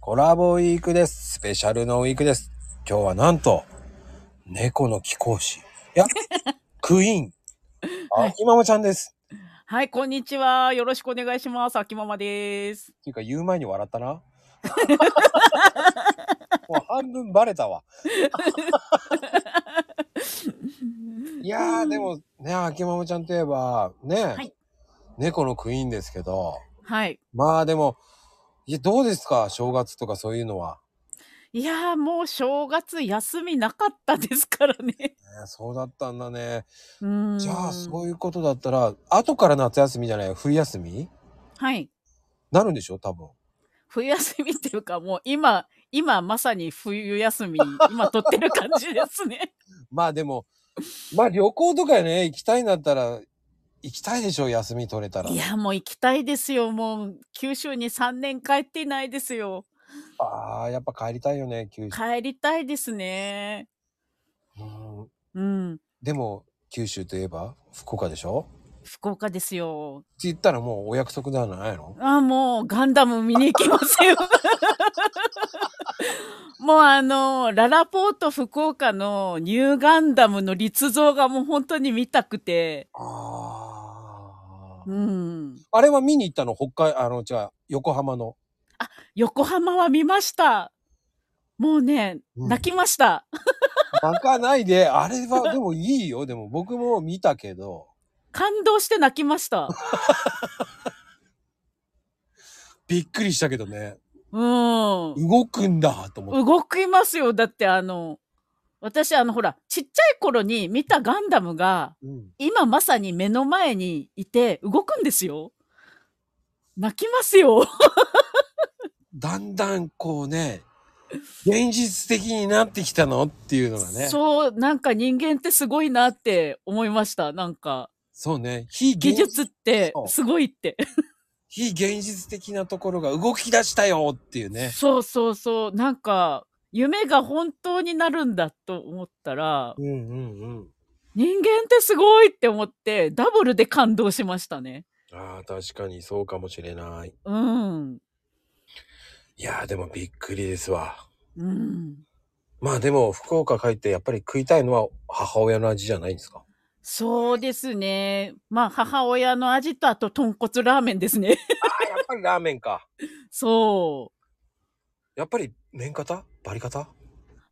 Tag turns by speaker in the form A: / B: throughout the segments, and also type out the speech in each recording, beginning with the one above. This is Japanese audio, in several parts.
A: コラボウィークです。スペシャルのウィークです。今日はなんと、猫の貴公子。い や、クイーン。
B: は
A: あ
B: い、
A: きままちゃんです。
B: はい、こんにちは。よろしくお願いします。秋ママです。
A: っていうか、言う前に笑 ったな。もう半分バレた わ。いやー、でもね、あきままちゃんといえば、ね、
B: い
A: 猫のクイーンですけど、
B: はい。
A: まあでも、いや、どうですか正月とかそういうのは。
B: いやー、もう正月休みなかったですからね。
A: ねそうだったんだね。
B: うーん。
A: じゃあ、そういうことだったら、後から夏休みじゃない、冬休み
B: はい。
A: なるんでしょ多分。
B: 冬休みっていうか、もう今、今まさに冬休み、 今撮ってる感じです ね。
A: まあでも、まあ旅行とかね、行きたいんだったら、行きたいでしょ休み取れたら
B: い。や、もう行きたいですよ。もう九州に3年帰ってないですよ。
A: ああ、やっぱ帰りたいよね、九州。
B: 帰りたいですね。
A: うん
B: うん。
A: でも、九州といえば、福岡でしょ
B: 福岡ですよ。
A: って言ったらもうお約束ではないの
B: あもうガンダム見に行きます よ。もうあのララポート福岡のニューガンダムの立像がもう本当に見たくて、
A: ああ
B: う。ん、
A: あれは見に行ったの北海、あの、違う、横浜の。
B: 横浜は見ましたもうね
A: うん
B: 泣きました、
A: 泣かないで、あれは、でもいいよ。でも僕も見たけど、
B: 感動して泣きました
A: びっくりしたけどね、
B: うん
A: 動くんだと思って。
B: 動きますよだってあの私あのほらちっちゃい頃に見たガンダムが
A: うん、
B: 今まさに目の前にいて動くんですよ。泣きますよ。
A: だんだんこうね、現実的になってきたのっていうのがね。そう
B: そう、なんか人間ってすごいなって思いました。なんか、
A: ね。非現
B: 技術って
A: そう
B: すごいって。
A: 非現実的なところが動き出したよっていうね。
B: そうそうそう。なんか、夢が本当になるんだと思ったら
A: う、んうんうん。
B: 人間ってすごいって思って、ダブルで感動しましたね。
A: ああ、確かにそうかもしれない。
B: うん。
A: いやーでもびっくりですわ。
B: うん。
A: まあでも福岡帰ってやっぱり食いたいのは母親の味じゃないんですか
B: そうですね。まあ、母親の味と、あと、豚骨ラーメンですね。
A: あやっぱりラーメンか。
B: そう。
A: やっぱり麺型バリ型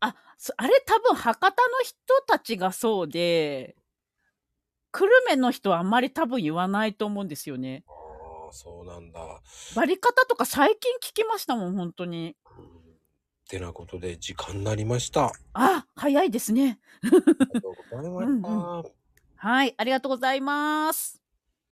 B: あ、そあれ多分博多の人たちがそうで、久留米の人はあんまり多分言わないと思うんですよね。
A: ああ、そうなんだ。っ
B: バリ方とか最近聞きましたもん、本当に。
A: てなことで時間になりました。あ
B: あ、早いですね。
A: りがとうございました。
B: はい、ありがとうございます。